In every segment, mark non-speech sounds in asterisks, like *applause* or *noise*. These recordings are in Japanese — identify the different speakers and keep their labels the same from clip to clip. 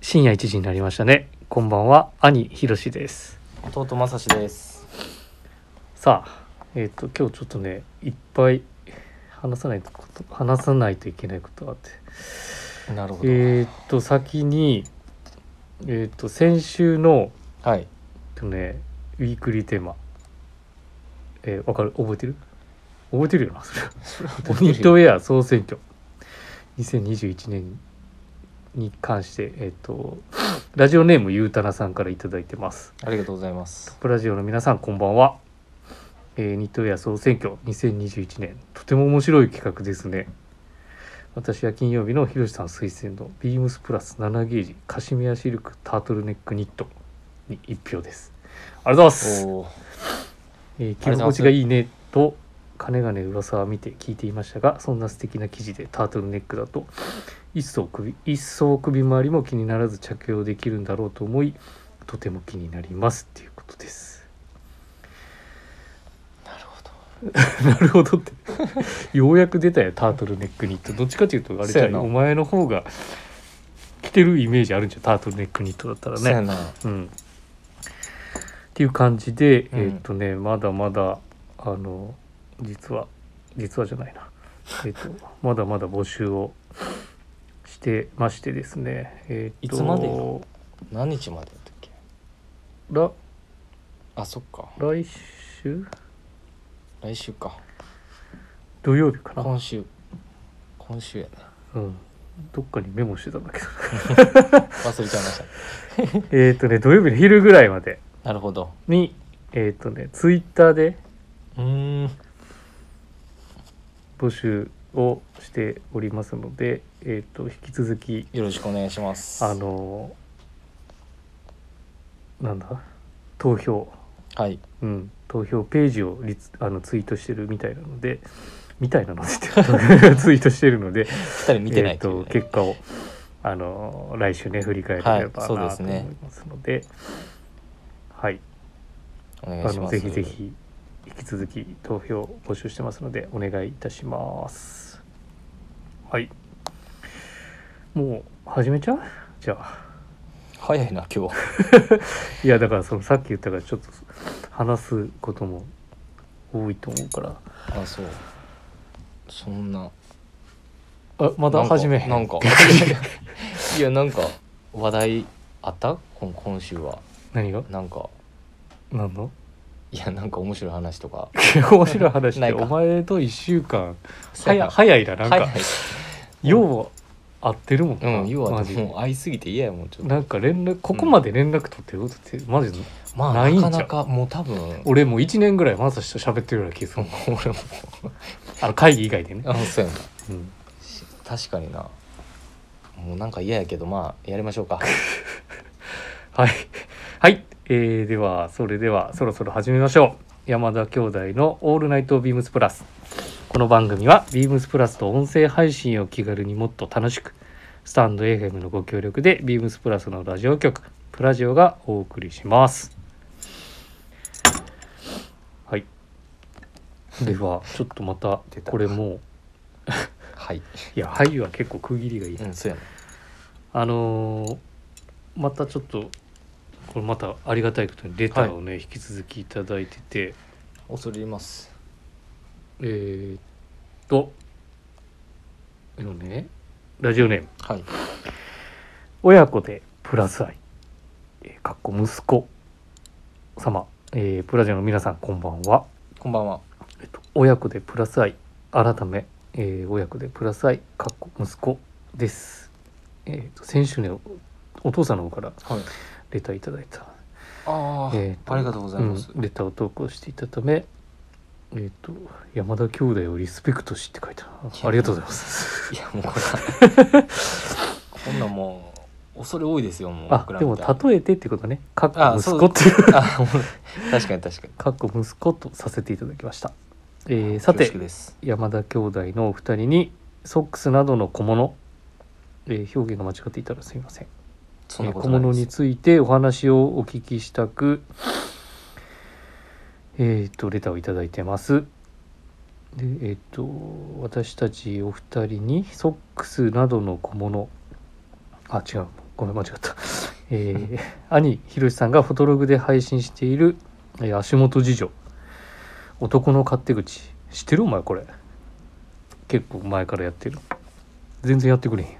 Speaker 1: 深夜1時になりましたねこんばんは兄ひろしです
Speaker 2: 弟まさしです
Speaker 1: さあえっ、と今日ちょっとねいっぱい話さないとこと話さないといけないことがあって
Speaker 2: なるほど、
Speaker 1: えっ、と先にえっ、と先週の
Speaker 2: はい
Speaker 1: えっとねウィークリーテーマえーわかる覚えてる覚えてるよなそれ *laughs* ポニットウェア総選挙2021年に関して、えっとラジオネームゆうたなさんから頂いただいてます
Speaker 2: ありがとうござい
Speaker 1: *laughs*
Speaker 2: ます
Speaker 1: プラジオの皆さんこんばんは、えーニットウェア総選挙2021年とても面白い企画ですね私は金曜日のひろしさん推薦のビームスプラス7ゲージカシミヤシルクタートルネックニットに1票ですありがとうございます
Speaker 2: おお
Speaker 1: えー、着
Speaker 2: ありがとうござい
Speaker 1: 心
Speaker 2: ま
Speaker 1: 地
Speaker 2: す
Speaker 1: がいいねと金がね噂は見て聞いていましたがそんな素敵な生地でタートルネックだと一層首一層首周りも気にならず着用できるんだろうと思いとても気になりますっていうことです
Speaker 2: なるほ
Speaker 1: *laughs*
Speaker 2: ど
Speaker 1: なるほどってようやく出たよタートルネックニットどっちかというとあれじゃ
Speaker 2: そうや
Speaker 1: ん
Speaker 2: な
Speaker 1: お前の方が着てるイメージあるんじゃんタートルネックニットだったら
Speaker 2: そうや
Speaker 1: ね
Speaker 2: な
Speaker 1: うんっていう感じで、
Speaker 2: うん
Speaker 1: えーっとねまだまだあの実は実はじゃないな、えーっとまだまだ募集をしてましてですね、えーっと
Speaker 2: いつまでよ何日までだったっけ
Speaker 1: ら
Speaker 2: あそっか
Speaker 1: 来週
Speaker 2: 来週か
Speaker 1: 土曜日かな、
Speaker 2: 今週今週やね
Speaker 1: うん、どっかにメモしてたんだけど *laughs*
Speaker 2: 忘れちゃいました
Speaker 1: えーっとね土曜日の昼ぐらいまで
Speaker 2: なるほど
Speaker 1: にえーっとねツイッターで
Speaker 2: うーん
Speaker 1: 募集をしておりますので、えーっと引き続き
Speaker 2: よろしくお願いします
Speaker 1: あのなんだ投票、
Speaker 2: はい
Speaker 1: うん、投票ページをリツあのツイートしてるみたいなのでみたいなのでって *laughs* ツイートしてるので
Speaker 2: 二人見てな
Speaker 1: え
Speaker 2: い
Speaker 1: ー
Speaker 2: とい
Speaker 1: と
Speaker 2: うね
Speaker 1: 結果をあの来週ね振り返ればな
Speaker 2: はい
Speaker 1: と
Speaker 2: そう
Speaker 1: 思い
Speaker 2: ですね
Speaker 1: ますので、はい
Speaker 2: お願い
Speaker 1: あ
Speaker 2: し
Speaker 1: の
Speaker 2: ます
Speaker 1: ぜひぜひ引き続き投票募集してますのでお願いいたします。はいもう始めちゃうじゃあ。
Speaker 2: 早いな今日
Speaker 1: いやだからそのさっき言ったからちょっと話すことも多いと思うから
Speaker 2: あそうそんな
Speaker 1: あまだ
Speaker 2: なんか
Speaker 1: 始めへん
Speaker 2: な
Speaker 1: *laughs*
Speaker 2: んかいやなんか話題あった今今週は
Speaker 1: 何が
Speaker 2: なんか
Speaker 1: 何の
Speaker 2: いやなんか面白い話とか
Speaker 1: 面白い話
Speaker 2: な
Speaker 1: で
Speaker 2: いか
Speaker 1: お前と1週間
Speaker 2: そうや
Speaker 1: 早
Speaker 2: な
Speaker 1: 早いだなんか、
Speaker 2: はいはい
Speaker 1: よう合ってるもん
Speaker 2: う
Speaker 1: な、
Speaker 2: ん要は
Speaker 1: マジで
Speaker 2: もう会いすぎて嫌やもんちょっと
Speaker 1: なんか連絡ここまで連絡取ってることってマジで
Speaker 2: ま
Speaker 1: な
Speaker 2: あ
Speaker 1: いん
Speaker 2: な
Speaker 1: ちゃ
Speaker 2: か
Speaker 1: う
Speaker 2: なかもう多分
Speaker 1: 俺もう1年ぐらいまさしと喋ってるような気がす
Speaker 2: う
Speaker 1: る
Speaker 2: ん俺も
Speaker 1: あの会議以外でね、
Speaker 2: あそうやな
Speaker 1: うん
Speaker 2: し確かになもうなんか嫌やけどまあやりましょ
Speaker 1: *laughs*
Speaker 2: うか
Speaker 1: はい。 *laughs* はい。えーでは、それでは、そろそろ始めましょう。山田兄弟のオールナイトビームスプラス。この番組は、ビームスプラスと音声配信を気軽にもっと楽しく、スタンド FM のご協力で、ビームスプラスのラジオ局、プラジオがお送りします。はい。では、ちょっとまた
Speaker 2: 出、た
Speaker 1: これも、
Speaker 2: はい
Speaker 1: いや、はいは結構区切りがいいな
Speaker 2: うんそうや
Speaker 1: あのーまたちょっとこれまたありがたいことにレターをね、引き続きいただいてて
Speaker 2: な恐れ入ります
Speaker 1: えーっとあのねラジオネーム
Speaker 2: はい
Speaker 1: 「親子でプラス愛」えーかっこ息子様、えープラジオの皆さんこんばんは。
Speaker 2: こんばんは
Speaker 1: えっと、親子でプラス愛改め、えー親子でプラス愛かっこ息子です、えーっと先週ねおお父さんの方から
Speaker 2: はい
Speaker 1: レターいただいた
Speaker 2: あー
Speaker 1: えーと
Speaker 2: ありがとうございます
Speaker 1: *laughs* うんレターを投稿していたためえっ、と山田兄弟をリスペクトしって書いたありがとうございます
Speaker 2: いやもうこれこんなんもう恐れ多いですよもう
Speaker 1: あ
Speaker 2: 僕ら
Speaker 1: でも
Speaker 2: みたいな
Speaker 1: 例えてってことねかっこ
Speaker 2: あ
Speaker 1: 息子っていう
Speaker 2: あほん確かに確かに
Speaker 1: かっこ息子とさせていただきました、えーさ
Speaker 2: 恐
Speaker 1: て
Speaker 2: 縮です
Speaker 1: 山田兄弟のお二人にソックスなどの小物、えー表現が間違っていたらすみません
Speaker 2: そんなこと
Speaker 1: 小
Speaker 2: ないで
Speaker 1: 物
Speaker 2: す
Speaker 1: についてお話をお聞きしたくえっ、とレターをいただいてますでえっ、と私たちお二人にソックスなどの小物あ違うごめん間違った、え
Speaker 2: *laughs*
Speaker 1: ー、兄ひろしさんがフォトログで配信している、えー足元事情男の勝手口知ってるお前これ結構前からやってる全然やってくれへんや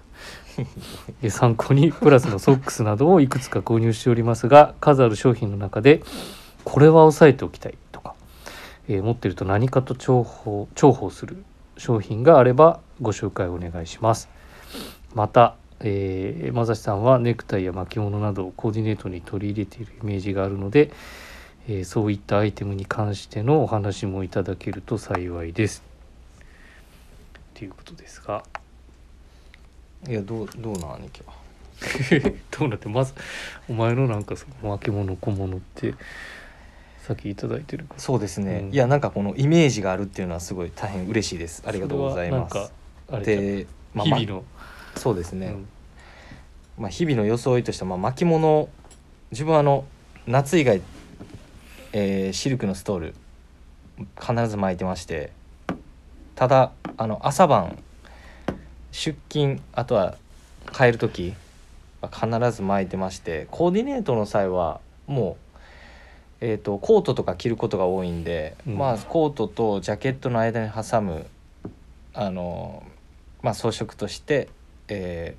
Speaker 1: え参考にプラスのソックスなどをいくつか購入しておりますが数ある商品の中でこれは押さえておきたいとか、えー持ってると何かと重宝重宝する商品があればご紹介お願いしますまた、えー、まさしさんはネクタイや巻物などをコーディネートに取り入れているイメージがあるので、えーそういったアイテムに関してのお話もいただけると幸いですということですが
Speaker 2: いやどうどうなん兄貴は
Speaker 1: *laughs* どうなってますお前のなんかその巻物小物ってさっきいただいてるから
Speaker 2: そうですね、
Speaker 1: うん
Speaker 2: いやなんかこのイメージがあるっていうのはすごい大変嬉しいですありがとうございま
Speaker 1: それは
Speaker 2: す
Speaker 1: なんかあれじゃん
Speaker 2: で、まあ、
Speaker 1: 日々の、
Speaker 2: そうですね、
Speaker 1: うん
Speaker 2: まあ、日々の装いとしては、まあ、巻物自分はあの夏以外、えーシルクのストール必ず巻いてましてただあの朝晩出勤あとは帰る時は必ず巻いてましてコーディネートの際はもう、えー、とコートとか着ることが多いんで、
Speaker 1: うん
Speaker 2: まあ、コートとジャケットの間に挟むあの、まあ、装飾として、え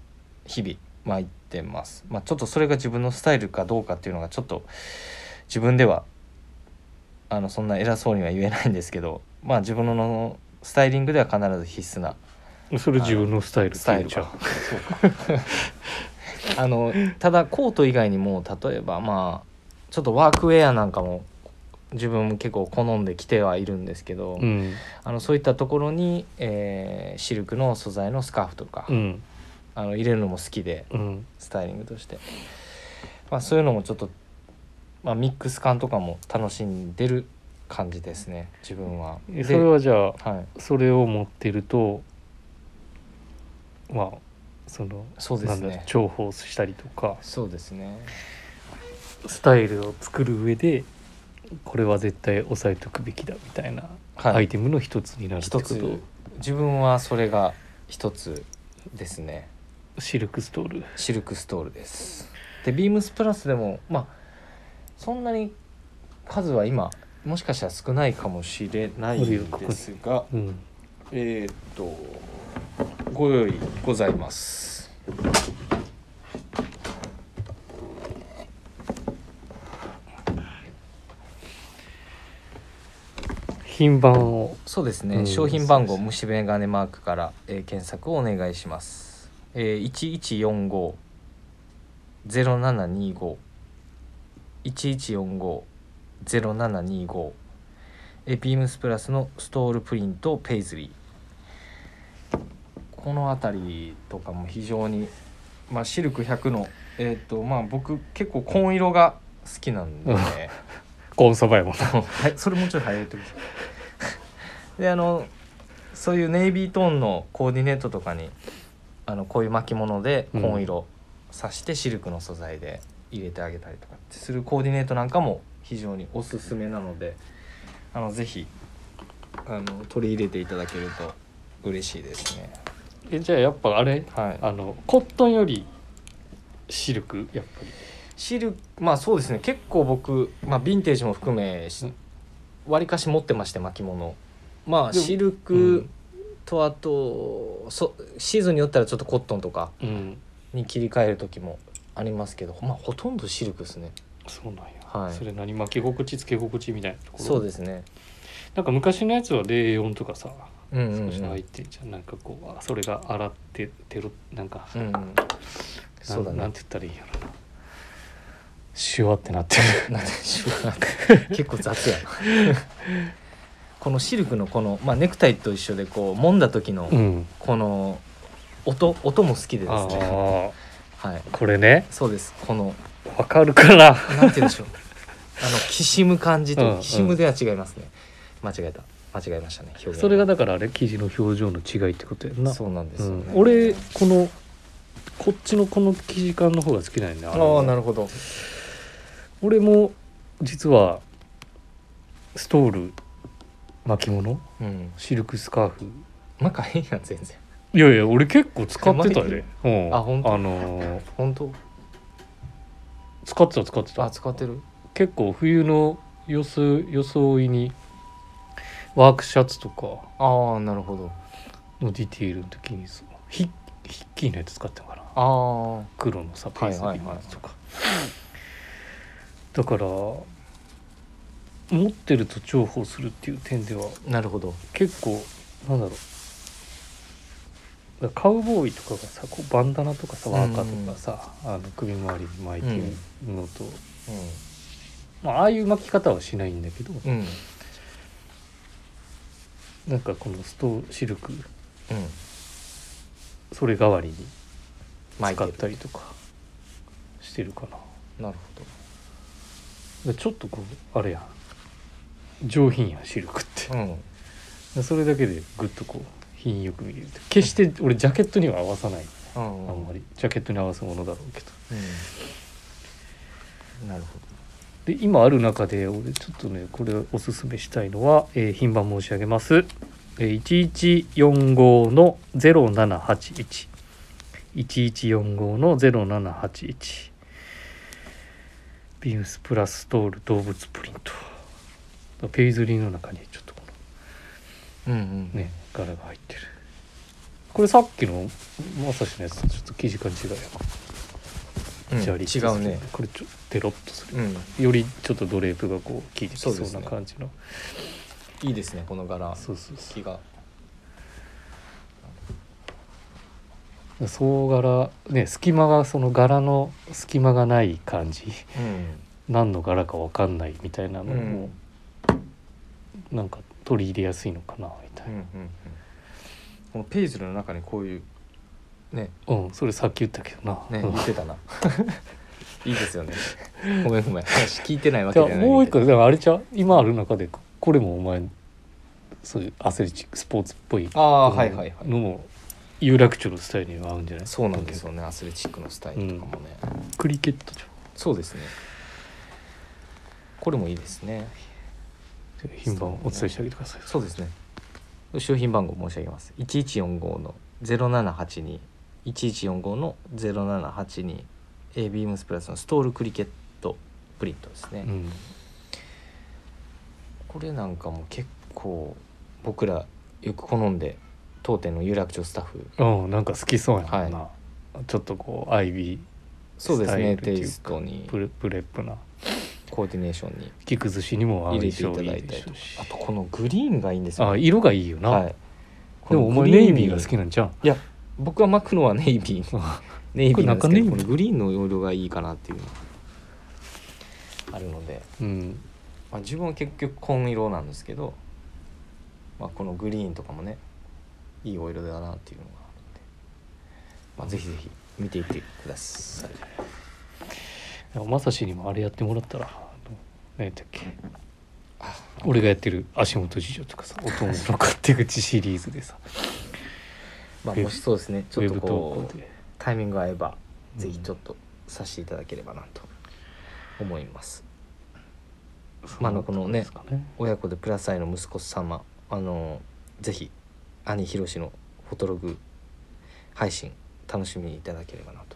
Speaker 2: ー日々巻いてます、まあ、ちょっとそれが自分のスタイルかどうかっていうのがちょっと自分ではあのそんな偉そうには言えないんですけど *laughs* まあ自分のスタイリングでは必ず必須な
Speaker 1: それ自分のスタイルっ
Speaker 2: ス
Speaker 1: て
Speaker 2: タ
Speaker 1: い
Speaker 2: イ
Speaker 1: う
Speaker 2: ル
Speaker 1: じゃん
Speaker 2: か *laughs* あのただコート以外にも例えばまあちょっとワークウェアなんかも自分も結構好んで着てはいるんですけど、
Speaker 1: うん
Speaker 2: あのそういったところに、えーシルクの素材のスカーフとか、
Speaker 1: うん
Speaker 2: あの入れるのも好きで
Speaker 1: うん
Speaker 2: スタイリングとして、まあ、そういうのもちょっと、まあ、ミックス感とかも楽しんでる感じですね自分は。
Speaker 1: え
Speaker 2: で
Speaker 1: それはじゃあ
Speaker 2: はい、
Speaker 1: それを持ってるとまあその
Speaker 2: そうです
Speaker 1: なんだ
Speaker 2: ね
Speaker 1: 重宝したりとか
Speaker 2: そうですね
Speaker 1: スタイルを作る上でこれは絶対押さえておくべきだみたいな
Speaker 2: はい
Speaker 1: アイテムの一つになるってこ
Speaker 2: 一
Speaker 1: と、
Speaker 2: つ自分はそれが一つですね
Speaker 1: シルクストール
Speaker 2: シルクストールですでビームスプラスでもまあそんなに数は今もしかしたら少ないかもしれないんですが
Speaker 1: うん
Speaker 2: えーっとご用意ございます
Speaker 1: 品番を
Speaker 2: そうですね、
Speaker 1: うん
Speaker 2: 商品番
Speaker 1: そ
Speaker 2: 号
Speaker 1: うですね
Speaker 2: 虫眼鏡マークから、えー検索をお願いします、えー、1145-0725-1145-0725えービームスプラスのストールプリントペイズリーこの辺りとかも非常に、まあ、シルク100のえーっ、とまあ僕結構紺色が好きなん
Speaker 1: *laughs*
Speaker 2: で、ね
Speaker 1: コーンサバイもな
Speaker 2: はい、それもうちょい早いと *laughs* であのそういうネイビートーンのコーディネートとかにあのこういう巻物で紺色さしてシルクの素材で入れてあげたりとかってするコーディネートなんかも非常におすすめなのであのぜひあの取り入れていただけると嬉しいですね。
Speaker 1: えじゃあやっぱあれ
Speaker 2: はい、
Speaker 1: あのコットンよりシルクやっぱり
Speaker 2: シルクまあそうですね結構僕、まあ、ヴィンテージも含めしわりかし持ってまして巻物まあ
Speaker 1: でも
Speaker 2: シルクとあと、そシーズンによったらちょっとコットンとか
Speaker 1: うん
Speaker 2: に切り替える時もありますけどまあほとんどシルクですね
Speaker 1: そうなんや、
Speaker 2: はい
Speaker 1: それ何巻き心地つけ心地みたいなところ
Speaker 2: そうですね
Speaker 1: なんか昔のやつは04とかさ
Speaker 2: うんうん、うん
Speaker 1: 少し入ってんじゃん、なんかこうあそれが洗ってテロなんか、
Speaker 2: うんうん、そうだ
Speaker 1: ななん
Speaker 2: ね
Speaker 1: て言ったらいいんやろなシュワってなってる
Speaker 2: なんでしょうか結構雑やな *laughs* このシルクのこの、まあ、ネクタイと一緒で *laughs* こう揉んだ時の
Speaker 1: うん
Speaker 2: この音音も好きでで
Speaker 1: あ
Speaker 2: すね
Speaker 1: あ
Speaker 2: はい
Speaker 1: これね
Speaker 2: そうですこの
Speaker 1: わかるかな
Speaker 2: なんて言うんで *laughs* しょうあのきしむ感じ
Speaker 1: うんう
Speaker 2: と
Speaker 1: ん
Speaker 2: きしむでは違いますね、間違えた間違えましたね表現
Speaker 1: それがだからあれ生地の表情の違いってことやんな
Speaker 2: そうなんですよね、
Speaker 1: ん、俺このこっちのこの生地感の方が好きなんや
Speaker 2: あ
Speaker 1: ねの
Speaker 2: あなるほど
Speaker 1: 俺も実はストール巻物
Speaker 2: うん
Speaker 1: シルクスカーフ
Speaker 2: まかへんやん全然
Speaker 1: いやいや俺結構使ってたで、うん、
Speaker 2: あ本当
Speaker 1: のー
Speaker 2: 本当
Speaker 1: 使ってた使って
Speaker 2: あ
Speaker 1: た
Speaker 2: 使ってる
Speaker 1: 結構冬の予想装いにワークシャツとか
Speaker 2: ああなるほど
Speaker 1: のディテールの時にそのヒッヒッキーのやつ使ってたのかな
Speaker 2: あ
Speaker 1: 黒のさペースト
Speaker 2: はい
Speaker 1: リ
Speaker 2: は
Speaker 1: ーの
Speaker 2: いはい
Speaker 1: やつとか、だから持ってると重宝するっていう点では
Speaker 2: あなるほど
Speaker 1: 結構なんだろうだからカウボーイとかがさこうバンダナとかさワーカーとかさ、あの首周りに巻いてるのと、まあああいう巻き方はしないんだけど、
Speaker 2: うんうん
Speaker 1: なんかこのストーシルク
Speaker 2: うん
Speaker 1: それ代わりに
Speaker 2: 巻いて
Speaker 1: 使っ
Speaker 2: る
Speaker 1: たりとかしてるかな。
Speaker 2: なる
Speaker 1: でちょっとこうあれやん上品やんシルクって
Speaker 2: ほどうん
Speaker 1: でそれだけでグッとこう品よく見れる決して俺ジャケットには合わさない
Speaker 2: うん
Speaker 1: あんまりジャケットに合わすものだろうけど
Speaker 2: うんなるほ
Speaker 1: で今ある中で俺ちょっとねこれをおすすめしたいのは、えー品番申し上げます、えー、1145の0781 1145の0781ビームスプラストール動物プリントペイズリーの中にちょっとこの
Speaker 2: どうんうん
Speaker 1: ね柄が入ってるこれさっきのまさしのやつとちょっと生地感違うや
Speaker 2: うん
Speaker 1: ん砂利
Speaker 2: 違
Speaker 1: と
Speaker 2: うね
Speaker 1: これちょっとデロッとする
Speaker 2: うん
Speaker 1: よりちょっとドレープがこう効いてきそ
Speaker 2: そうです
Speaker 1: うな
Speaker 2: ね
Speaker 1: 感じの
Speaker 2: いいですねこの柄
Speaker 1: そうそうそ
Speaker 2: 気が
Speaker 1: う総柄ね隙間がその柄の隙間がない感じ
Speaker 2: うん
Speaker 1: 何の柄か分かんないみたいなの
Speaker 2: う
Speaker 1: も
Speaker 2: ん、
Speaker 1: なんか取り入れやすいのかなみた
Speaker 2: う
Speaker 1: い
Speaker 2: んう
Speaker 1: なん
Speaker 2: うんこのペイズルの中にこういうね
Speaker 1: うん、それさっき言ったけどな、
Speaker 2: ね
Speaker 1: うん
Speaker 2: 言ってた *laughs* ないいですよねごめんごめん話聞いてないわ
Speaker 1: じ
Speaker 2: け
Speaker 1: ゃ
Speaker 2: じ
Speaker 1: あ
Speaker 2: ゃない
Speaker 1: もう一個でもあれちゃう今ある中でこれもお前そういうアスレチックスポーツっぽい
Speaker 2: ああはいはいはい
Speaker 1: のも有楽町のスタイルには合うんじゃない
Speaker 2: そうなんですよねアスレチックのスタイルとかもね、
Speaker 1: クリケットじ
Speaker 2: そうですねこれもいいですね
Speaker 1: ゃん品番をお伝えしてあげてください
Speaker 2: そうですね商品番号申し上げます1145の0782 1145の0782 a ビームスプラスのストールクリケットプリントですね、
Speaker 1: うん
Speaker 2: これなんかも結構僕らよく好んで当店の有楽町スタッフ
Speaker 1: うん、なんか好きそうやもんな、ちょっとこうアイビー
Speaker 2: そうですね
Speaker 1: スタイルってい
Speaker 2: テ
Speaker 1: うか
Speaker 2: イストに
Speaker 1: プレプレップな
Speaker 2: コーディネーションに
Speaker 1: 着崩しにも合
Speaker 2: 入
Speaker 1: う
Speaker 2: れ
Speaker 1: で
Speaker 2: て
Speaker 1: し
Speaker 2: い
Speaker 1: ょ
Speaker 2: た
Speaker 1: う
Speaker 2: だ
Speaker 1: いい
Speaker 2: いた
Speaker 1: で
Speaker 2: り
Speaker 1: し
Speaker 2: と
Speaker 1: ょう
Speaker 2: か
Speaker 1: し
Speaker 2: あとこのグリーンがいいんですよ、
Speaker 1: あ色がいいよな、
Speaker 2: はい、
Speaker 1: でもお前ネイビーが好きなんじゃん
Speaker 2: いや僕は巻くのはネイ
Speaker 1: *laughs*
Speaker 2: ビーのネイビーなんです
Speaker 1: これ中
Speaker 2: けどこ
Speaker 1: ネイビー
Speaker 2: のグリーンの色がいいかなっていうのがあるので、
Speaker 1: うん
Speaker 2: まあ、自分は結局紺色なんですけど、まあ、このグリーンとかもねいいお色だなっていうのがあるので、まあ、ぜひぜひ見ていってください
Speaker 1: いやまさしにもあれやってもらったらあの何やったっけ
Speaker 2: あ
Speaker 1: 俺がやってる足元事情とかさお友の勝手口シリーズでさ
Speaker 2: まあもしそうですね
Speaker 1: ウ
Speaker 2: ちょっ
Speaker 1: ェ
Speaker 2: と
Speaker 1: ブ投
Speaker 2: こ
Speaker 1: 稿
Speaker 2: う
Speaker 1: で
Speaker 2: タイミング合えばぜひちょ
Speaker 1: っ
Speaker 2: っとさせていただければなと思います、まああのこのね親子でプラス愛の息子様あのぜひ兄ひろしのフォトログ配信楽しみにいただければなと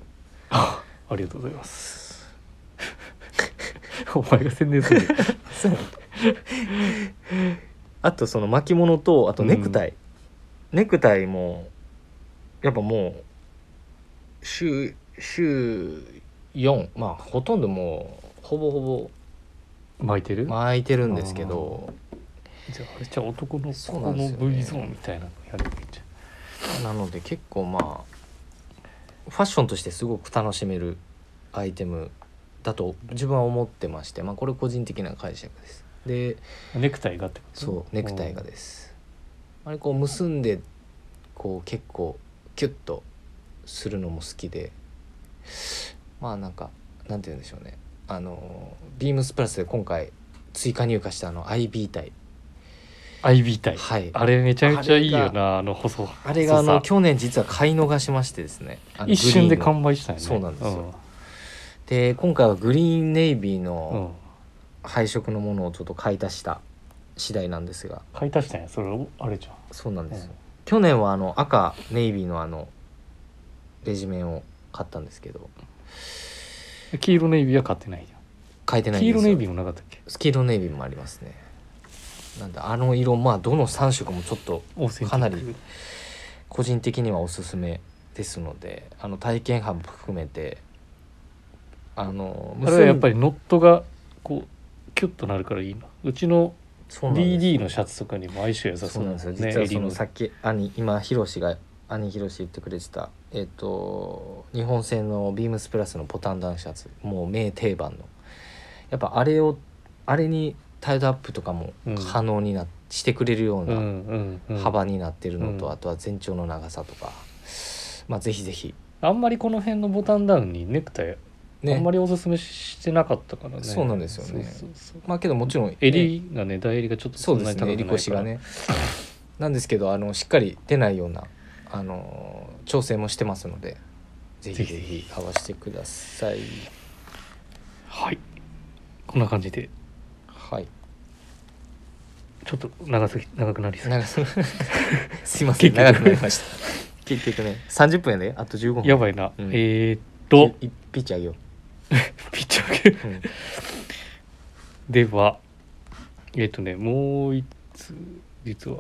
Speaker 1: ありがとうございます *laughs* お前が宣伝する
Speaker 2: *laughs* あとその巻物とあとネクタイ、ネクタイもやっぱもう週週4まあほとんどもうほぼほ
Speaker 1: 巻いてる、
Speaker 2: ぼ巻いてるんですけど
Speaker 1: じゃああれじゃあ男の
Speaker 2: そ
Speaker 1: こ
Speaker 2: うなんで
Speaker 1: の
Speaker 2: すよね
Speaker 1: V ゾーンみたいなのやればいいじ
Speaker 2: なので結構まあファッションとしてすごく楽しめるアイテムだと自分は思ってまして、まあ、これ個人的な解釈ですで
Speaker 1: ゃんネクタイがってこと
Speaker 2: そうネクタイがですあれこう結んでこう結構キュッとするのも好きでまあなんかなんて言うんでしょうねあのビームスプラスで今回追加入荷したあの IB 体
Speaker 1: アイビータイ
Speaker 2: はい
Speaker 1: あれめちゃめちゃいいよなあの細
Speaker 2: あれがあ
Speaker 1: そう
Speaker 2: の
Speaker 1: さ
Speaker 2: 去年実は買い逃しましてですねあの
Speaker 1: 一瞬で
Speaker 2: グリーンの
Speaker 1: 完売したよね
Speaker 2: そうなんですよで今回はグリーンネイビ
Speaker 1: う
Speaker 2: ー
Speaker 1: ん、うん
Speaker 2: の配色のものをちょっと買い足した次第なんですが
Speaker 1: 買い足したんやそれおあれじゃん
Speaker 2: そうなんですよ、
Speaker 1: うん
Speaker 2: 去年はあの赤ネイビーのあのレジメンを買ったんですけど
Speaker 1: 黄色の指は買ってないじ
Speaker 2: 書いて
Speaker 1: ゃん
Speaker 2: ない
Speaker 1: 黄色の
Speaker 2: ビ
Speaker 1: 指もなかったっけ
Speaker 2: 黄色ネイビーもありますねなんであの色まあどの3色もちょっと
Speaker 1: オーセンテ
Speaker 2: か
Speaker 1: ィ
Speaker 2: な
Speaker 1: ック
Speaker 2: り個人的にはおすすめですのであの体験班も含めてあの
Speaker 1: あれはやっぱりノットがこうキュッとなるからいいなうちの
Speaker 2: そうなんです
Speaker 1: DD のシャツとかにも相性良さ
Speaker 2: そ
Speaker 1: そう
Speaker 2: うな
Speaker 1: だ
Speaker 2: んです
Speaker 1: も
Speaker 2: よ
Speaker 1: んね
Speaker 2: 実はその
Speaker 1: 襟
Speaker 2: さっき兄今ヒロシが兄ヒロシ言ってくれてたえっ、と日本製のビームスプラスのポタンダンシャツもう名定番のやっぱあれをあれにタイドアップとかも
Speaker 1: うん
Speaker 2: 可能にな、してくれるよう
Speaker 1: うん
Speaker 2: な
Speaker 1: うんうん
Speaker 2: 幅になってるのと、
Speaker 1: うん
Speaker 2: あとは全長の長さとかまあぜひぜひ
Speaker 1: あんまりこの辺のボタンダウンにネクタイ、
Speaker 2: ね
Speaker 1: あんまりおすすめしてなかったからね
Speaker 2: そうなんですよね
Speaker 1: そうそうそう
Speaker 2: まあけどもちろん、
Speaker 1: 襟がね大襟がちょっと
Speaker 2: そ
Speaker 1: そ
Speaker 2: うんで
Speaker 1: な
Speaker 2: す
Speaker 1: に高くな
Speaker 2: ね
Speaker 1: い
Speaker 2: 襟
Speaker 1: から
Speaker 2: 腰がねなんですけどあのしっかり出ないようなあの調整もしてますのでぜひぜ
Speaker 1: ぜひ
Speaker 2: ひ合わせてください
Speaker 1: はいこんな感じで
Speaker 2: はい
Speaker 1: ちょっと長すぎ長くなりそう
Speaker 2: *laughs* 長くすいません
Speaker 1: 結局
Speaker 2: 長くなりました結局ね30分やであと15分
Speaker 1: やばいな、
Speaker 2: うん
Speaker 1: えー、っと
Speaker 2: いピッチあげよ
Speaker 1: ピッチャー
Speaker 2: う、うん
Speaker 1: ではえー、っとねもう一つ実は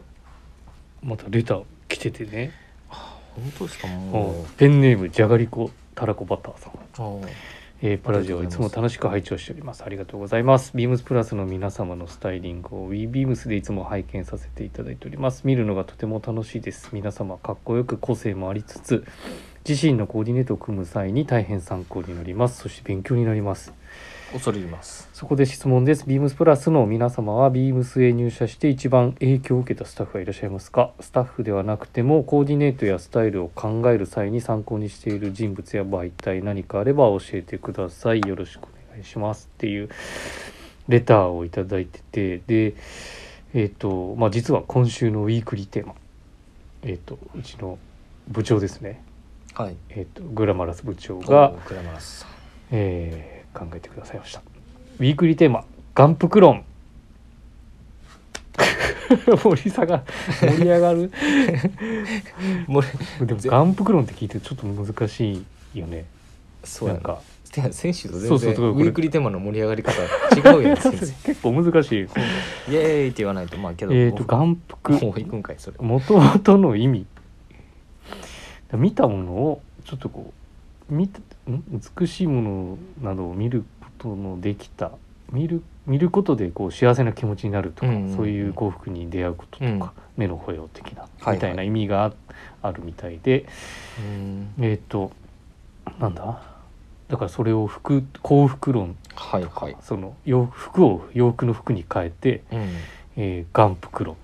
Speaker 1: またレター来ててね、
Speaker 2: 本当ですか
Speaker 1: う
Speaker 2: も
Speaker 1: んペンネームじゃがりこたらこバターさん
Speaker 2: うおー
Speaker 1: えーパラジオ
Speaker 2: あり
Speaker 1: い
Speaker 2: がと
Speaker 1: つ
Speaker 2: うございま
Speaker 1: も楽
Speaker 2: す
Speaker 1: しく拝聴しております。ありがとうございます。ビームスプラスの皆様のスタイリングを WeBeams でいつも拝見させていただいております。見るのがとても楽しいです。皆様かっこよく個性もありつつ、自身のコーディネートを組む際に大変参考になります。そして勉強になります。
Speaker 2: 恐れ入ります
Speaker 1: そこで質問です。ビームスプラスの皆様はビームスへ入社して一番影響を受けたスタッフはいらっしゃいますかスタッフではなくてもコーディネートやスタイルを考える際に参考にしている人物や媒体何かあれば教えてください。よろしくお願いします。っていうレターをいただいてて、で、えっ、と、まあ実は今週のウィークリーテーマ、えっ、と、うちの部長ですね、
Speaker 2: はい
Speaker 1: えっ、と、グラマラス部長が
Speaker 2: お、ークラマラスさん
Speaker 1: えー考えてくださいましたウィークリーテーマ「眼福論」 *laughs* 盛り下が盛り上が
Speaker 2: *laughs*
Speaker 1: る
Speaker 2: もう
Speaker 1: でも
Speaker 2: ぜ
Speaker 1: 眼福論って聞いてちょっと難しいよね
Speaker 2: そう
Speaker 1: な
Speaker 2: や
Speaker 1: ん
Speaker 2: な
Speaker 1: か
Speaker 2: てか選手と
Speaker 1: そ
Speaker 2: 全
Speaker 1: うそう
Speaker 2: 然
Speaker 1: だから
Speaker 2: ウ
Speaker 1: これ
Speaker 2: ィークリーテーマの盛り上がり方違
Speaker 1: *laughs*
Speaker 2: うやつ
Speaker 1: 結構難しい
Speaker 2: イエーイって言わないとまあけど
Speaker 1: えっと眼福
Speaker 2: もう行くんかいそれ
Speaker 1: もともとの意味見たものをちょっとこう見たん美しいものなどを見ることのできた見る見ることでこう幸せな気持ちになるとか、
Speaker 2: うんうんうん
Speaker 1: そういう幸福に出会うこととか、目の保養的な、
Speaker 2: いはい
Speaker 1: みたいな意味がああるみたいで
Speaker 2: うん
Speaker 1: えっ、となんだだからそれを服幸福論
Speaker 2: はいはい
Speaker 1: その洋服を洋服の服に変えて、
Speaker 2: うん
Speaker 1: えー、元服論っ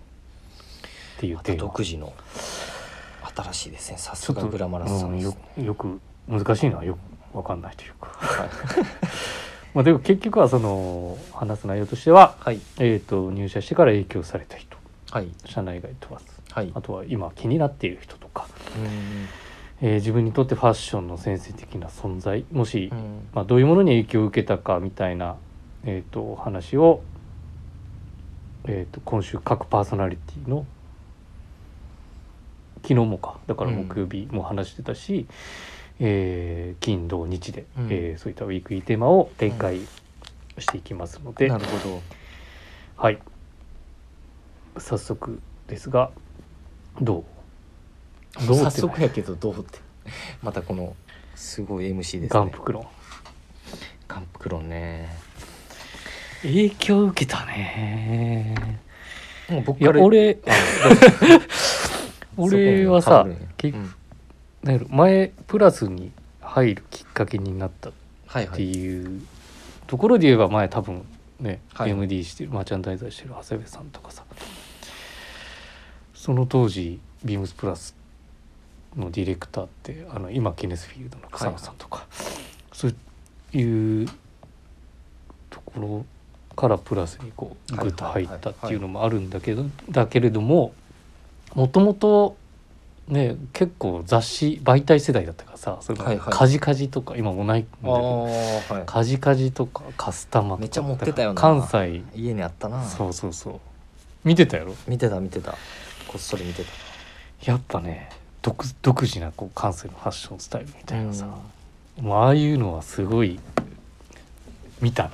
Speaker 1: ていう
Speaker 2: また
Speaker 1: テーマ
Speaker 2: 独自の新しいですねさ
Speaker 1: ち
Speaker 2: す
Speaker 1: ょっ
Speaker 2: が
Speaker 1: と
Speaker 2: グラマラスさん
Speaker 1: うん
Speaker 2: です
Speaker 1: よ
Speaker 2: ね
Speaker 1: よく難しいのはよくわかんないというか *laughs*
Speaker 2: はい
Speaker 1: まあでも結局はその話す内容としては、
Speaker 2: はい
Speaker 1: えー、と入社してから影響された人
Speaker 2: はい
Speaker 1: 社内外問わず
Speaker 2: はい
Speaker 1: あとは今気になっている人とか、
Speaker 2: うん
Speaker 1: えー自分にとってファッションの先生的な存在もし、
Speaker 2: うん
Speaker 1: まあ、どういうものに影響を受けたかみたいな、えー、とお話を、えー、と今週各パーソナリティの昨日もかだから木曜日も話してたし、えー金土日で、
Speaker 2: うん
Speaker 1: えーそういったウィークリーテーマを展開していきますので、
Speaker 2: なるほど
Speaker 1: はい早速ですがどうどうっ
Speaker 2: 早
Speaker 1: てない
Speaker 2: 速やけどどうってまたこのすごい MC です
Speaker 1: ガン
Speaker 2: ね
Speaker 1: プクロン
Speaker 2: ガンプクロンね
Speaker 1: 影響を受けたね
Speaker 2: もう僕
Speaker 1: いや
Speaker 2: から
Speaker 1: 俺
Speaker 2: あどう
Speaker 1: *laughs*
Speaker 2: ぞ
Speaker 1: 俺はさ
Speaker 2: そこに変わるんや
Speaker 1: 結
Speaker 2: うん
Speaker 1: なんやろ前プラスに入るきっかけになったっ
Speaker 2: はいは
Speaker 1: て
Speaker 2: い
Speaker 1: いうところで言えば前多分ね、
Speaker 2: はい
Speaker 1: MD してるマーチャンダイザーしてる長谷部さんとかさその当時ビームスプラスのディレクターってあの今ケネスフィールドの草野さんとか、そういうところからプラスにこうグッと入ったっていうのもあるんだけど、だけれどももともとね結構雑誌媒体世代だったからさそれ
Speaker 2: はい
Speaker 1: も
Speaker 2: はい
Speaker 1: カジカジとか今もないんだけ
Speaker 2: あ
Speaker 1: ど、
Speaker 2: あはい
Speaker 1: カジカジとかカスタマとか
Speaker 2: めっちゃ持ってたよな
Speaker 1: 関西
Speaker 2: 家にあったな
Speaker 1: そうそうそう見てたやろ
Speaker 2: 見てた見てたこっそり見てた
Speaker 1: やっぱね独独自なこう関西のファッションスタイルみたいなさ、
Speaker 2: うん
Speaker 1: もうああいうのはすごい見た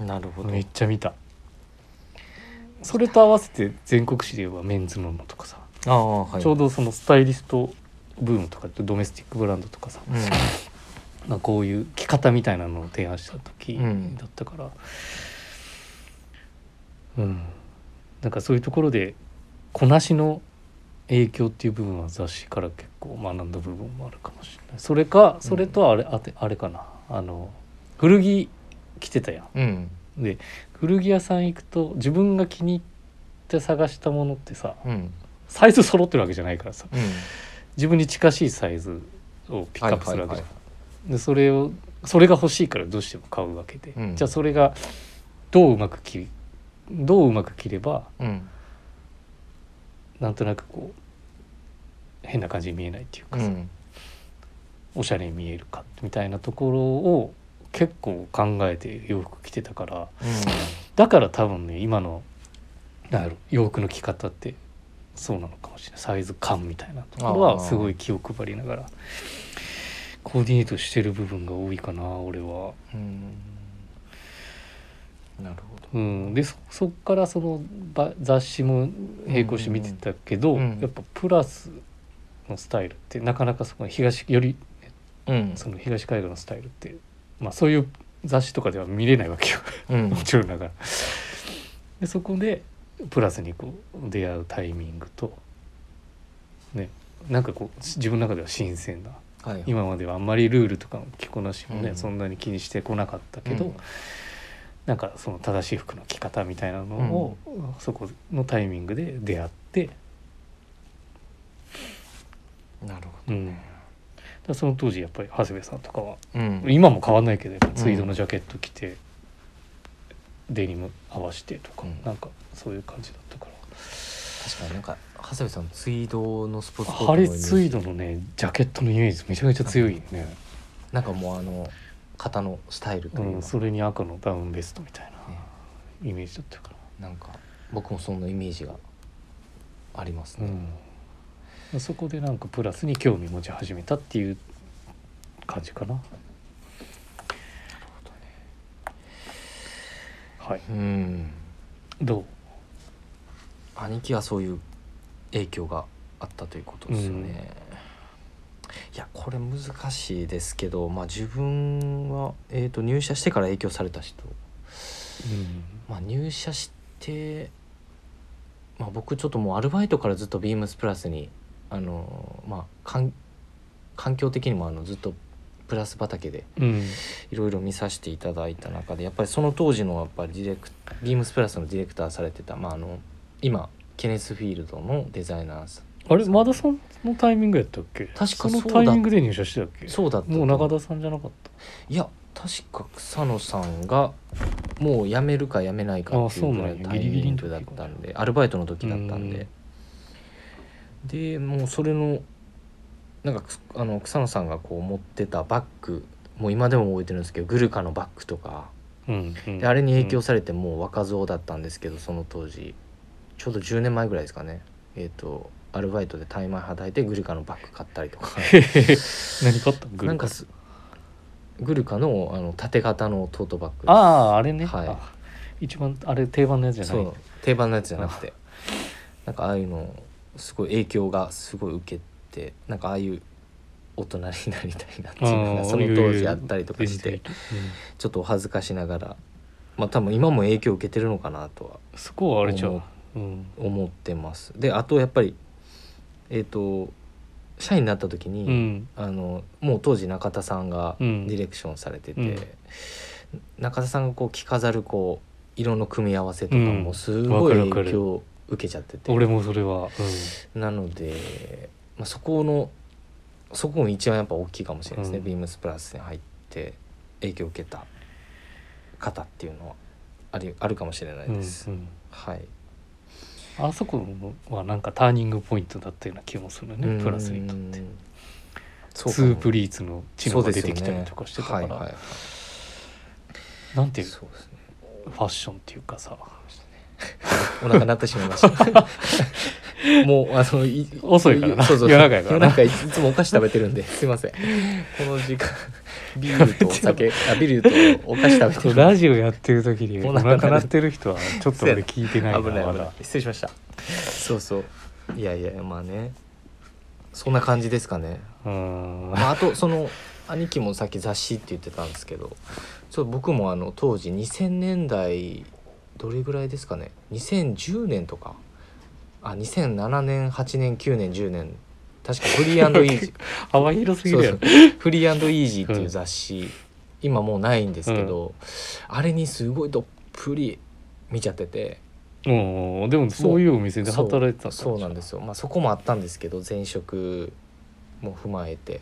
Speaker 1: な
Speaker 2: なるほど
Speaker 1: めっちゃ見たそれと合わせて全国紙で言えばメンズのものとかさ、
Speaker 2: ああはい
Speaker 1: ちょうどそのスタイリストブームとかドメスティックブランドとかさ、
Speaker 2: う
Speaker 1: まあこういう着方みたいなのを提案した時
Speaker 2: うん
Speaker 1: だったから、うんなんかそういうところでこなしの影響っていう部分は雑誌から結構学んだ部分もあるかもしれないそれかそれとあれ,、あてあれかなあの古着着てたや
Speaker 2: んうん
Speaker 1: んで古着屋さん行くと自分が気に入って探したものってさ
Speaker 2: うん
Speaker 1: サイズ揃ってるわけじゃないからさ
Speaker 2: うん
Speaker 1: 自分に近しいサイズをピックアップするわけじゃん
Speaker 2: はいはいはい
Speaker 1: でそれをそれが欲しいからどうしても買うわけで、
Speaker 2: うん
Speaker 1: じゃあそれがどううまく切りどううまく切れば
Speaker 2: うん
Speaker 1: なんとなくこう変な感じに見えないっていう
Speaker 2: う
Speaker 1: かさ、
Speaker 2: ん
Speaker 1: おしゃれに見えるかみたいなところを結構考えて洋服着てたからだから多分ね今のなんやろ洋服の着方ってそうなのかもしれないサイズ感みたいなところはすごい気を配りながらコーディネートしてる部分が多いかな俺は。
Speaker 2: うんなるほ
Speaker 1: う
Speaker 2: ど
Speaker 1: ん、でそそっからそのば雑誌も並行して見てたけど、
Speaker 2: うんうんうん
Speaker 1: やっぱプラスのスタイルってなかなかそこの東より
Speaker 2: うん
Speaker 1: その東海岸のスタイルって、まあ、そういう雑誌とかでは見れないわけよ
Speaker 2: うん
Speaker 1: もちろんながら。でそこでプラスにこう出会うタイミングと、ね、なんかこう自分の中では新鮮な
Speaker 2: はい
Speaker 1: 今まではあんまりルールとかの着こなしもね、
Speaker 2: うん
Speaker 1: そんなに気にしてこなかったけど。
Speaker 2: うん
Speaker 1: なんかその正しい服の着方みたいなのを、そこのタイミングで出会って、
Speaker 2: なるほ
Speaker 1: うん、だからその当時やっぱり長谷部さんとかは
Speaker 2: どうん
Speaker 1: 今も変わんないけどやっぱツイードのジャケット着て、デニム合わせてとか、
Speaker 2: うん
Speaker 1: なんかそういう感じだったから。
Speaker 2: 確かになんか長谷部さんツイードのスポーツコート
Speaker 1: ハ
Speaker 2: のイメ
Speaker 1: リ
Speaker 2: ージ
Speaker 1: ツイードのねジャケットのイメージめちゃめちゃ強いよね、
Speaker 2: なんかもうあの肩のスタイルと
Speaker 1: う、
Speaker 2: いうんか、
Speaker 1: それに赤のダウンベストみたい
Speaker 2: ね
Speaker 1: なイメージだったから、
Speaker 2: なんか僕もそんなイメージがありますね、
Speaker 1: うん、そこでなんかプラスに興味持ち始めたっていう感じかな。はい、
Speaker 2: うん
Speaker 1: ど
Speaker 2: 兄貴はそういう影響があったということですよね、いやこれ難しいですけど、まあ、自分は、えー、と入社してから影響された人、
Speaker 1: う、
Speaker 2: まあ、入社して、まあ、僕ちょっともうアルバイトからずっとビームスプラスにあの、まあ、かん環境的にもあのずっとプラス畑で
Speaker 1: うんうん
Speaker 2: いろいろ見させていただいた中でやっぱりその当時のやっぱりディレクビームスプラスのディレクターされてた、まあ、あの今ケネスフィールドのデザイナーさん
Speaker 1: あれまだそのタイミングやったっけ
Speaker 2: かそうだ
Speaker 1: のタイミングで入社してたっけ
Speaker 2: そうだったと
Speaker 1: もう中田さんじゃなかっ
Speaker 2: いや確か草野さんがもう辞めるか辞めないかっていうぐら
Speaker 1: あそ
Speaker 2: いの
Speaker 1: うなんや
Speaker 2: タイ
Speaker 1: ギリギ
Speaker 2: ミ
Speaker 1: リ
Speaker 2: ン
Speaker 1: の
Speaker 2: グ
Speaker 1: 時
Speaker 2: だったんでアルバイトの時だったんででもうそれのなんかくあの草野さんがこう持ってたバッグもう今でも覚えてるんですけどグルカのバッグとか
Speaker 1: た、うんうん
Speaker 2: *laughs* であれに影響されてもう若造だったんですけどその当時ちょうど10年前ぐらいですかねえっ、とアルバイトでタイマーはたいてグルカのバッグ買ったり
Speaker 1: *laughs*
Speaker 2: とか
Speaker 1: 何買ったグル
Speaker 2: なんかすグルカのあの縦型のトートバッグ
Speaker 1: あああれね、
Speaker 2: はい
Speaker 1: あ一番あれ定番のやつじゃ
Speaker 2: そ
Speaker 1: ないう
Speaker 2: 定番のやつじゃなくてなんかああいうのすごい影響がすごい受けてなんかああいう大人になりたいなっていうの
Speaker 1: あ
Speaker 2: が
Speaker 1: ー
Speaker 2: その当時あったりとかし
Speaker 1: い
Speaker 2: て
Speaker 1: やいや全然
Speaker 2: ちょっとお恥ずかしながらまあ多分今も影響を受けてるのかなとは
Speaker 1: うんそこはあれちゃう、うん、
Speaker 2: 思ってますであとやっぱりえっ、と社員になった時に、
Speaker 1: うん
Speaker 2: あのもう当時中田さんが
Speaker 1: う
Speaker 2: デ
Speaker 1: ん
Speaker 2: ィレクションされてて、
Speaker 1: うん
Speaker 2: 中田さんがこう着飾るこう色の組み合わせとか
Speaker 1: うん
Speaker 2: もすご
Speaker 1: わかるわ
Speaker 2: い
Speaker 1: かる
Speaker 2: 影響を受けちゃってて、
Speaker 1: 俺もそれは、
Speaker 2: なので、まあ、そこのそこも一番やっぱ大きいかもしれないですね、
Speaker 1: うん
Speaker 2: ビームスプラスに入って影響を受けた方っていうのはありあるかもしれない
Speaker 1: うんうん
Speaker 2: です。
Speaker 1: うん
Speaker 2: はい
Speaker 1: あそこはなんかターニングポイントだったような気もするねプラスにとって
Speaker 2: そうか
Speaker 1: ツ
Speaker 2: も
Speaker 1: ープリーツの知能が出てきたりとかしてたから、
Speaker 2: そうですよねはいはい
Speaker 1: なんていうフ
Speaker 2: そうですね
Speaker 1: ァッションっていうかさ *laughs*
Speaker 2: お腹鳴ってしまいましたもうあのい
Speaker 1: 遅いからな
Speaker 2: そうそうそう
Speaker 1: 夜中やからな
Speaker 2: 夜中いついつもお菓子食べてるんですいませんこの時
Speaker 1: *laughs*
Speaker 2: 間ビールとお酒あビールとお菓子食べてるんで
Speaker 1: ラジオやってる時にお
Speaker 2: *laughs* お腹鳴る
Speaker 1: 腹鳴ってる人はちょっと俺聞いてないな
Speaker 2: 危ない
Speaker 1: ま
Speaker 2: 危ない
Speaker 1: だ
Speaker 2: 失礼しましたそうそういやいやまあねそんな感じですかね、
Speaker 1: うーん
Speaker 2: まあ、あとその兄貴もさっき雑誌って言ってたんですけどちょっと僕もあの当時2000年代どれぐらいですかね2010年とかあ2007年8年9年10年確かフリーアンドイージ
Speaker 1: *laughs*
Speaker 2: ー
Speaker 1: 幅広すぎ
Speaker 2: そう
Speaker 1: る
Speaker 2: そ
Speaker 1: や
Speaker 2: う
Speaker 1: ろ
Speaker 2: フリーアンドイージーっていう雑誌、今もうないんですけど、あれにすごいどっぷり見ちゃってて
Speaker 1: うんでもそういうお店で働いてた
Speaker 2: そうそうなんですよ、まあ、そこもあったんですけど前職も踏まえて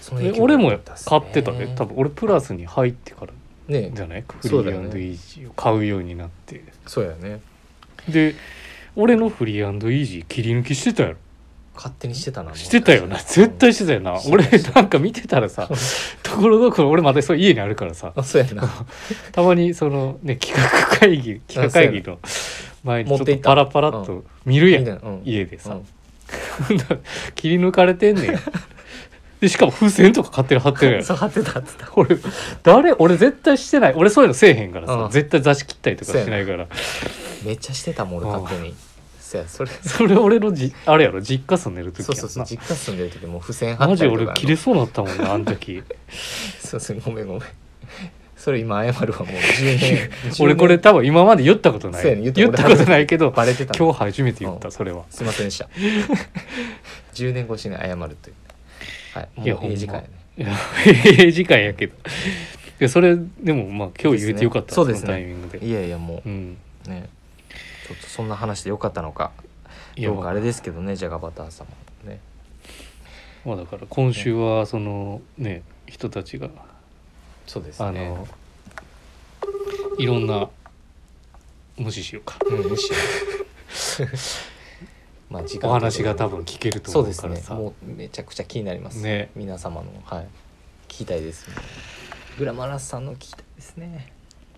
Speaker 2: その
Speaker 1: え
Speaker 2: 影響
Speaker 1: 俺
Speaker 2: が
Speaker 1: も
Speaker 2: あたっすね
Speaker 1: 買ってたで多分俺プラスに入ってから
Speaker 2: ね
Speaker 1: じゃないフリ
Speaker 2: そうだよ
Speaker 1: ー
Speaker 2: ね
Speaker 1: アンドイージーを買うようになって
Speaker 2: そうやね
Speaker 1: で俺のフリーアンドイージー切り抜きしてたやろ
Speaker 2: 勝手にしてたなもう
Speaker 1: してたよな絶対してたよな
Speaker 2: して
Speaker 1: 俺
Speaker 2: たして
Speaker 1: なんか見てたらさところどころ俺まだそう家にあるからさ
Speaker 2: あそう
Speaker 1: *laughs*
Speaker 2: やな
Speaker 1: たまにそのね企画会議企画会議の前にちょっ
Speaker 2: 持って
Speaker 1: と
Speaker 2: いった
Speaker 1: パラパラっと見るや
Speaker 2: み
Speaker 1: ん
Speaker 2: たいなうん
Speaker 1: 家でさ
Speaker 2: うん
Speaker 1: *laughs* 切り抜かれてんねんでしかも風船とか勝手に貼ってるやん
Speaker 2: そう貼ってたっつった
Speaker 1: 俺誰俺絶対してない俺そういうのせえへんからさ、
Speaker 2: うん
Speaker 1: 絶対座敷切ったりとかしないから
Speaker 2: めっちゃしてたもん俺勝手にそうやそれ
Speaker 1: それ俺のじあれやろ実家住んでる時やん
Speaker 2: そう
Speaker 1: な
Speaker 2: そうそう実家住んでる時もう付箋貼
Speaker 1: マ
Speaker 2: った
Speaker 1: ジ
Speaker 2: りとか
Speaker 1: 俺切れそうになったもんなあの
Speaker 2: *laughs*
Speaker 1: 時
Speaker 2: すいませんごめんごめんそれ今謝
Speaker 1: *laughs*
Speaker 2: るわもう10年
Speaker 1: 俺これ
Speaker 2: 10
Speaker 1: 多分今まで言ったことな
Speaker 2: そうや
Speaker 1: い
Speaker 2: ね
Speaker 1: 言
Speaker 2: 言
Speaker 1: っ
Speaker 2: ったこと
Speaker 1: たことないけど
Speaker 2: 年バレてた
Speaker 1: 今
Speaker 2: の
Speaker 1: 日初めて言った
Speaker 2: うん
Speaker 1: それは
Speaker 2: すいません
Speaker 1: *laughs*
Speaker 2: でした10年越しに謝るというはい
Speaker 1: いや
Speaker 2: もういい時間やね
Speaker 1: いやえ *laughs* え時間やけどいやそれでもまあ今日言えてよかった
Speaker 2: そうですね
Speaker 1: のタイミングで
Speaker 2: いやいやも
Speaker 1: うん
Speaker 2: うねちょっとそんな話でよかったのか
Speaker 1: いや
Speaker 2: どうかあれですけどねじゃがバターさんもね
Speaker 1: まあだから今週はそのね人たちが
Speaker 2: そうです
Speaker 1: あ
Speaker 2: ね
Speaker 1: のいろんな無視しようか
Speaker 2: うんむしろ
Speaker 1: *laughs*
Speaker 2: まあ時
Speaker 1: お話が多
Speaker 2: 分
Speaker 1: 分聞けると
Speaker 2: そう
Speaker 1: 思
Speaker 2: で
Speaker 1: う
Speaker 2: す
Speaker 1: から
Speaker 2: ね
Speaker 1: さ
Speaker 2: もうめちゃくちゃ気になります
Speaker 1: ね
Speaker 2: 皆様のはい聞きたいです、グラマラスさんの聞きたいですね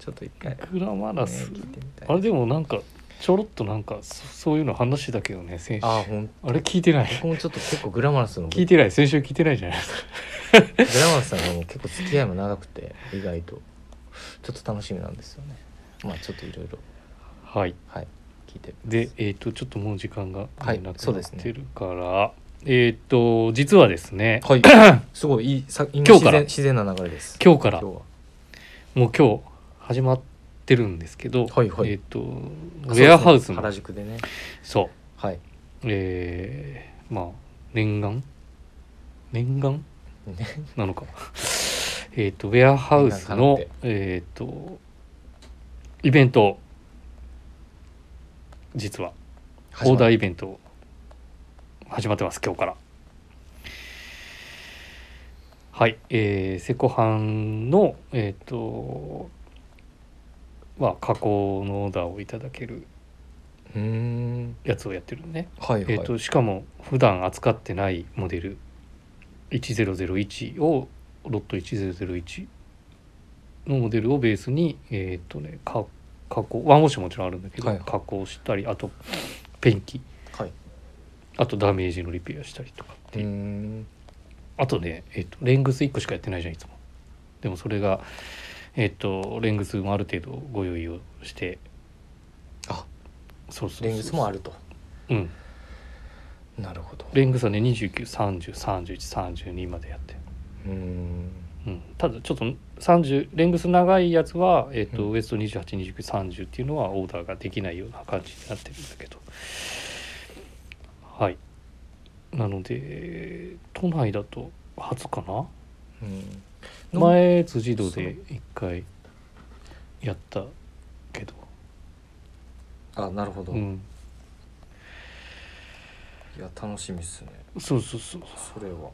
Speaker 2: ちょっと一回、ね、
Speaker 1: グラマラス
Speaker 2: 聞いてみたい
Speaker 1: あれでもなんかちょろっとなんかそそういうの話したけどね先週
Speaker 2: あ
Speaker 1: あ
Speaker 2: ほん
Speaker 1: れ聞いてない
Speaker 2: 僕もちょっと結構グラマラスの
Speaker 1: 聞いてない先週聞いてないじゃないですか
Speaker 2: グラマラスさんはもう結構付き合いも長くて意外とちょっと楽しみなんですよねまあちょっといろいろ
Speaker 1: はい
Speaker 2: はい聞いてみます
Speaker 1: でえっ、とちょっともう時間が
Speaker 2: はい
Speaker 1: なく
Speaker 2: そう
Speaker 1: な
Speaker 2: で
Speaker 1: っ
Speaker 2: すね
Speaker 1: てるから、えっ、と実はですね *coughs*
Speaker 2: はいすごいいいさ
Speaker 1: 今
Speaker 2: 今
Speaker 1: 日
Speaker 2: 自
Speaker 1: から
Speaker 2: 然自然な流れです
Speaker 1: 今日から
Speaker 2: 今日は
Speaker 1: もう今日始まってるんですけど、
Speaker 2: はいはい
Speaker 1: えっ、とウェアハウス
Speaker 2: そうですね
Speaker 1: の
Speaker 2: 原宿でね
Speaker 1: そう
Speaker 2: はい
Speaker 1: *laughs* えー、まあ念願念願
Speaker 2: ね
Speaker 1: なのか *laughs* えっとウェアハウス
Speaker 2: 念願
Speaker 1: の
Speaker 2: かなって
Speaker 1: えっ、とイベントを実はオーダーイベントを始まってます今日からはいえー、セコハンのえっ、とまあ加工のオーダーをいただける
Speaker 2: うーん
Speaker 1: やつをやってるんでね
Speaker 2: はいはい、
Speaker 1: えー、としかも普段扱ってないモデル1001をロット1001のモデルをベースにえっ、とねか加工ワンウォッシュもちろんあるんだけど、
Speaker 2: はいはい
Speaker 1: 加工したりあとペンキ
Speaker 2: はい
Speaker 1: あとダメージのリペアしたりとかって
Speaker 2: う
Speaker 1: い
Speaker 2: ー
Speaker 1: うんあとね、えっとレングス1個しかやってないじゃんいつもでもそれがえっ、とレングスもある程度ご用意をして
Speaker 2: あ
Speaker 1: そうそうそう
Speaker 2: レングスもあると
Speaker 1: うん
Speaker 2: なるほど
Speaker 1: レングスはね29303132までやって
Speaker 2: うーん
Speaker 1: うん、ただちょっと30レングス長いやつは、えっと
Speaker 2: うん
Speaker 1: ウエスト282930っていうのはオーダーができないような感じになってるんだけどはいなので都内だと初かな
Speaker 2: うん
Speaker 1: 前辻堂で一回やったけど
Speaker 2: あなるほど、
Speaker 1: う
Speaker 2: い
Speaker 1: ん
Speaker 2: や楽しみっすね
Speaker 1: そうそうそう
Speaker 2: それは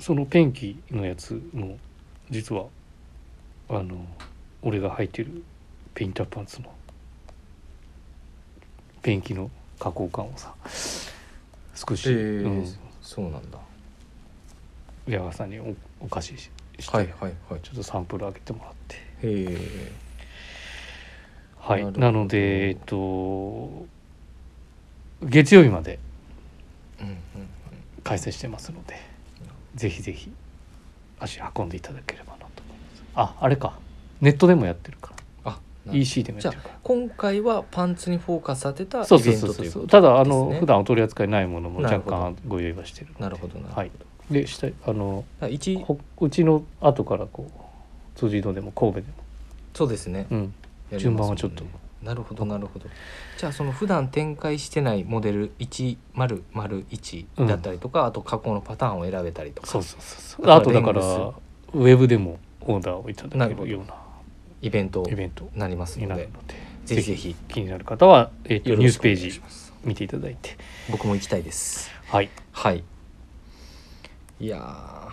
Speaker 1: そのペンキのやつも実はあの俺が履いてるペインターパンツのペンキの加工感をさ少し、
Speaker 2: ええ
Speaker 1: うん、
Speaker 2: そうなんだ
Speaker 1: 矢川さんにおお貸ししして、
Speaker 2: はいはいはい
Speaker 1: ちょっとサンプルあげてもらって
Speaker 2: へ
Speaker 1: はい
Speaker 2: なるほど
Speaker 1: なのでえっと月曜日まで
Speaker 2: うんうんうん
Speaker 1: 開催してますのでぜひぜひ足運んでいただければなと思いますああれかネットでもやってるか
Speaker 2: あ
Speaker 1: ら EC でも
Speaker 2: じ
Speaker 1: やっ
Speaker 2: ゃ
Speaker 1: てるか
Speaker 2: あ今回はパンツにフォーカス当てたイ
Speaker 1: らそうそう
Speaker 2: ベン
Speaker 1: そ
Speaker 2: ト
Speaker 1: う
Speaker 2: と
Speaker 1: そ
Speaker 2: いううこと
Speaker 1: ただあの、
Speaker 2: ですね
Speaker 1: 普段お取り扱いないものも
Speaker 2: な
Speaker 1: 若
Speaker 2: るほど
Speaker 1: 干ご用意はしてるので
Speaker 2: なるほどなるほど
Speaker 1: はい、でしたあの
Speaker 2: あ一
Speaker 1: ほうちの後からこう辻堂でも神戸でも、
Speaker 2: そうですね
Speaker 1: うん、
Speaker 2: やります
Speaker 1: 順番
Speaker 2: もんね
Speaker 1: はちょっと
Speaker 2: なるほどなるほどじゃあその普段展開してないモデル1001だったりとか、あと加工のパターンを選べたりと
Speaker 1: そ
Speaker 2: か
Speaker 1: うそうそうそうあとだから
Speaker 2: レング
Speaker 1: ウェブでもオーダーをいただけるような
Speaker 2: イベント
Speaker 1: イベント
Speaker 2: になります
Speaker 1: に
Speaker 2: の
Speaker 1: なる
Speaker 2: で
Speaker 1: ので
Speaker 2: ぜひぜひ
Speaker 1: 気になる方は、えっと
Speaker 2: よ
Speaker 1: ニュ
Speaker 2: ろ
Speaker 1: ー
Speaker 2: し
Speaker 1: ス
Speaker 2: くお
Speaker 1: ペー
Speaker 2: 願いし
Speaker 1: ジ
Speaker 2: ます
Speaker 1: 見ていただいて
Speaker 2: 僕も行きたいです
Speaker 1: はい
Speaker 2: はいいや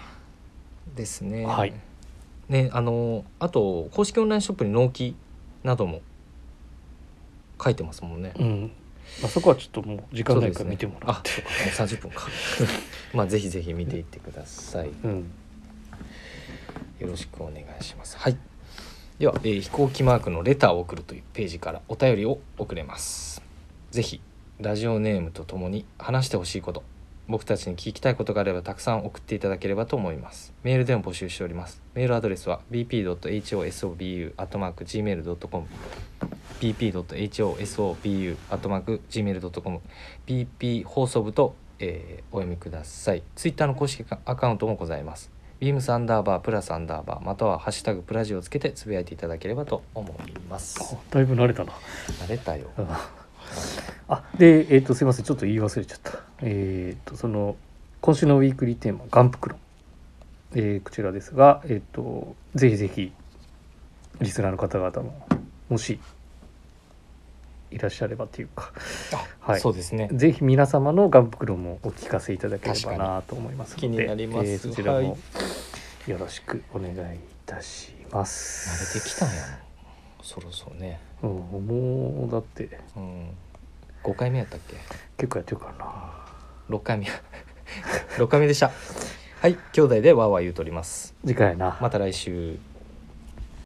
Speaker 2: ーですね
Speaker 1: はい
Speaker 2: ねあのあと公式オンラインショップに納期なども書いてますもんね、
Speaker 1: うん、まあ、そこはちょっともう時間ないから見てもらっ
Speaker 2: ってて、あそうかもう30分か *laughs* まあぜひぜひ見ていってください
Speaker 1: うん
Speaker 2: よろしくお願いします。はい。では、えー飛行機マークのレターを送るというページからお便りを送れます。ぜひ、ラジオネームとともに話してほしいこと、僕たちに聞きたいことがあればたくさん送っていただければと思います。メールでも募集しております。メールアドレスは bp.hosobu.gmail.com bp.hosobu.gmail.com bp 放送部と、えーお読みください。ツイッターの公式アカウントもございます。ビームスアンダーバープラスアンダーバーまたはハッシュタグプラジをつけてつぶやいていただければと思います。
Speaker 1: あだいぶ慣れたな
Speaker 2: 慣れたよ。
Speaker 1: うんあでえっ、とすいませんちょっと言い忘れちゃったえっ、とその今週のウィークリーテーマ「ガンプクロン」えーこちらですがえっ、とぜひぜひリスナーの方々ももしいらっしゃればというか
Speaker 2: あ
Speaker 1: はい
Speaker 2: そうですね。
Speaker 1: ぜひ皆様のガンプクロンもお聞かせいただければなと思いますので
Speaker 2: 気になります
Speaker 1: えーそちら
Speaker 2: はい
Speaker 1: もよろしくお願いいたします
Speaker 2: 慣れてきたんやな。そろそろね。
Speaker 1: うん、もうだって
Speaker 2: うん。5回目やったっけ
Speaker 1: 結構やってるからな
Speaker 2: ?6 回目や。6回目でした。はい。兄弟でわーわー言うとります。
Speaker 1: 次回やな
Speaker 2: また来週。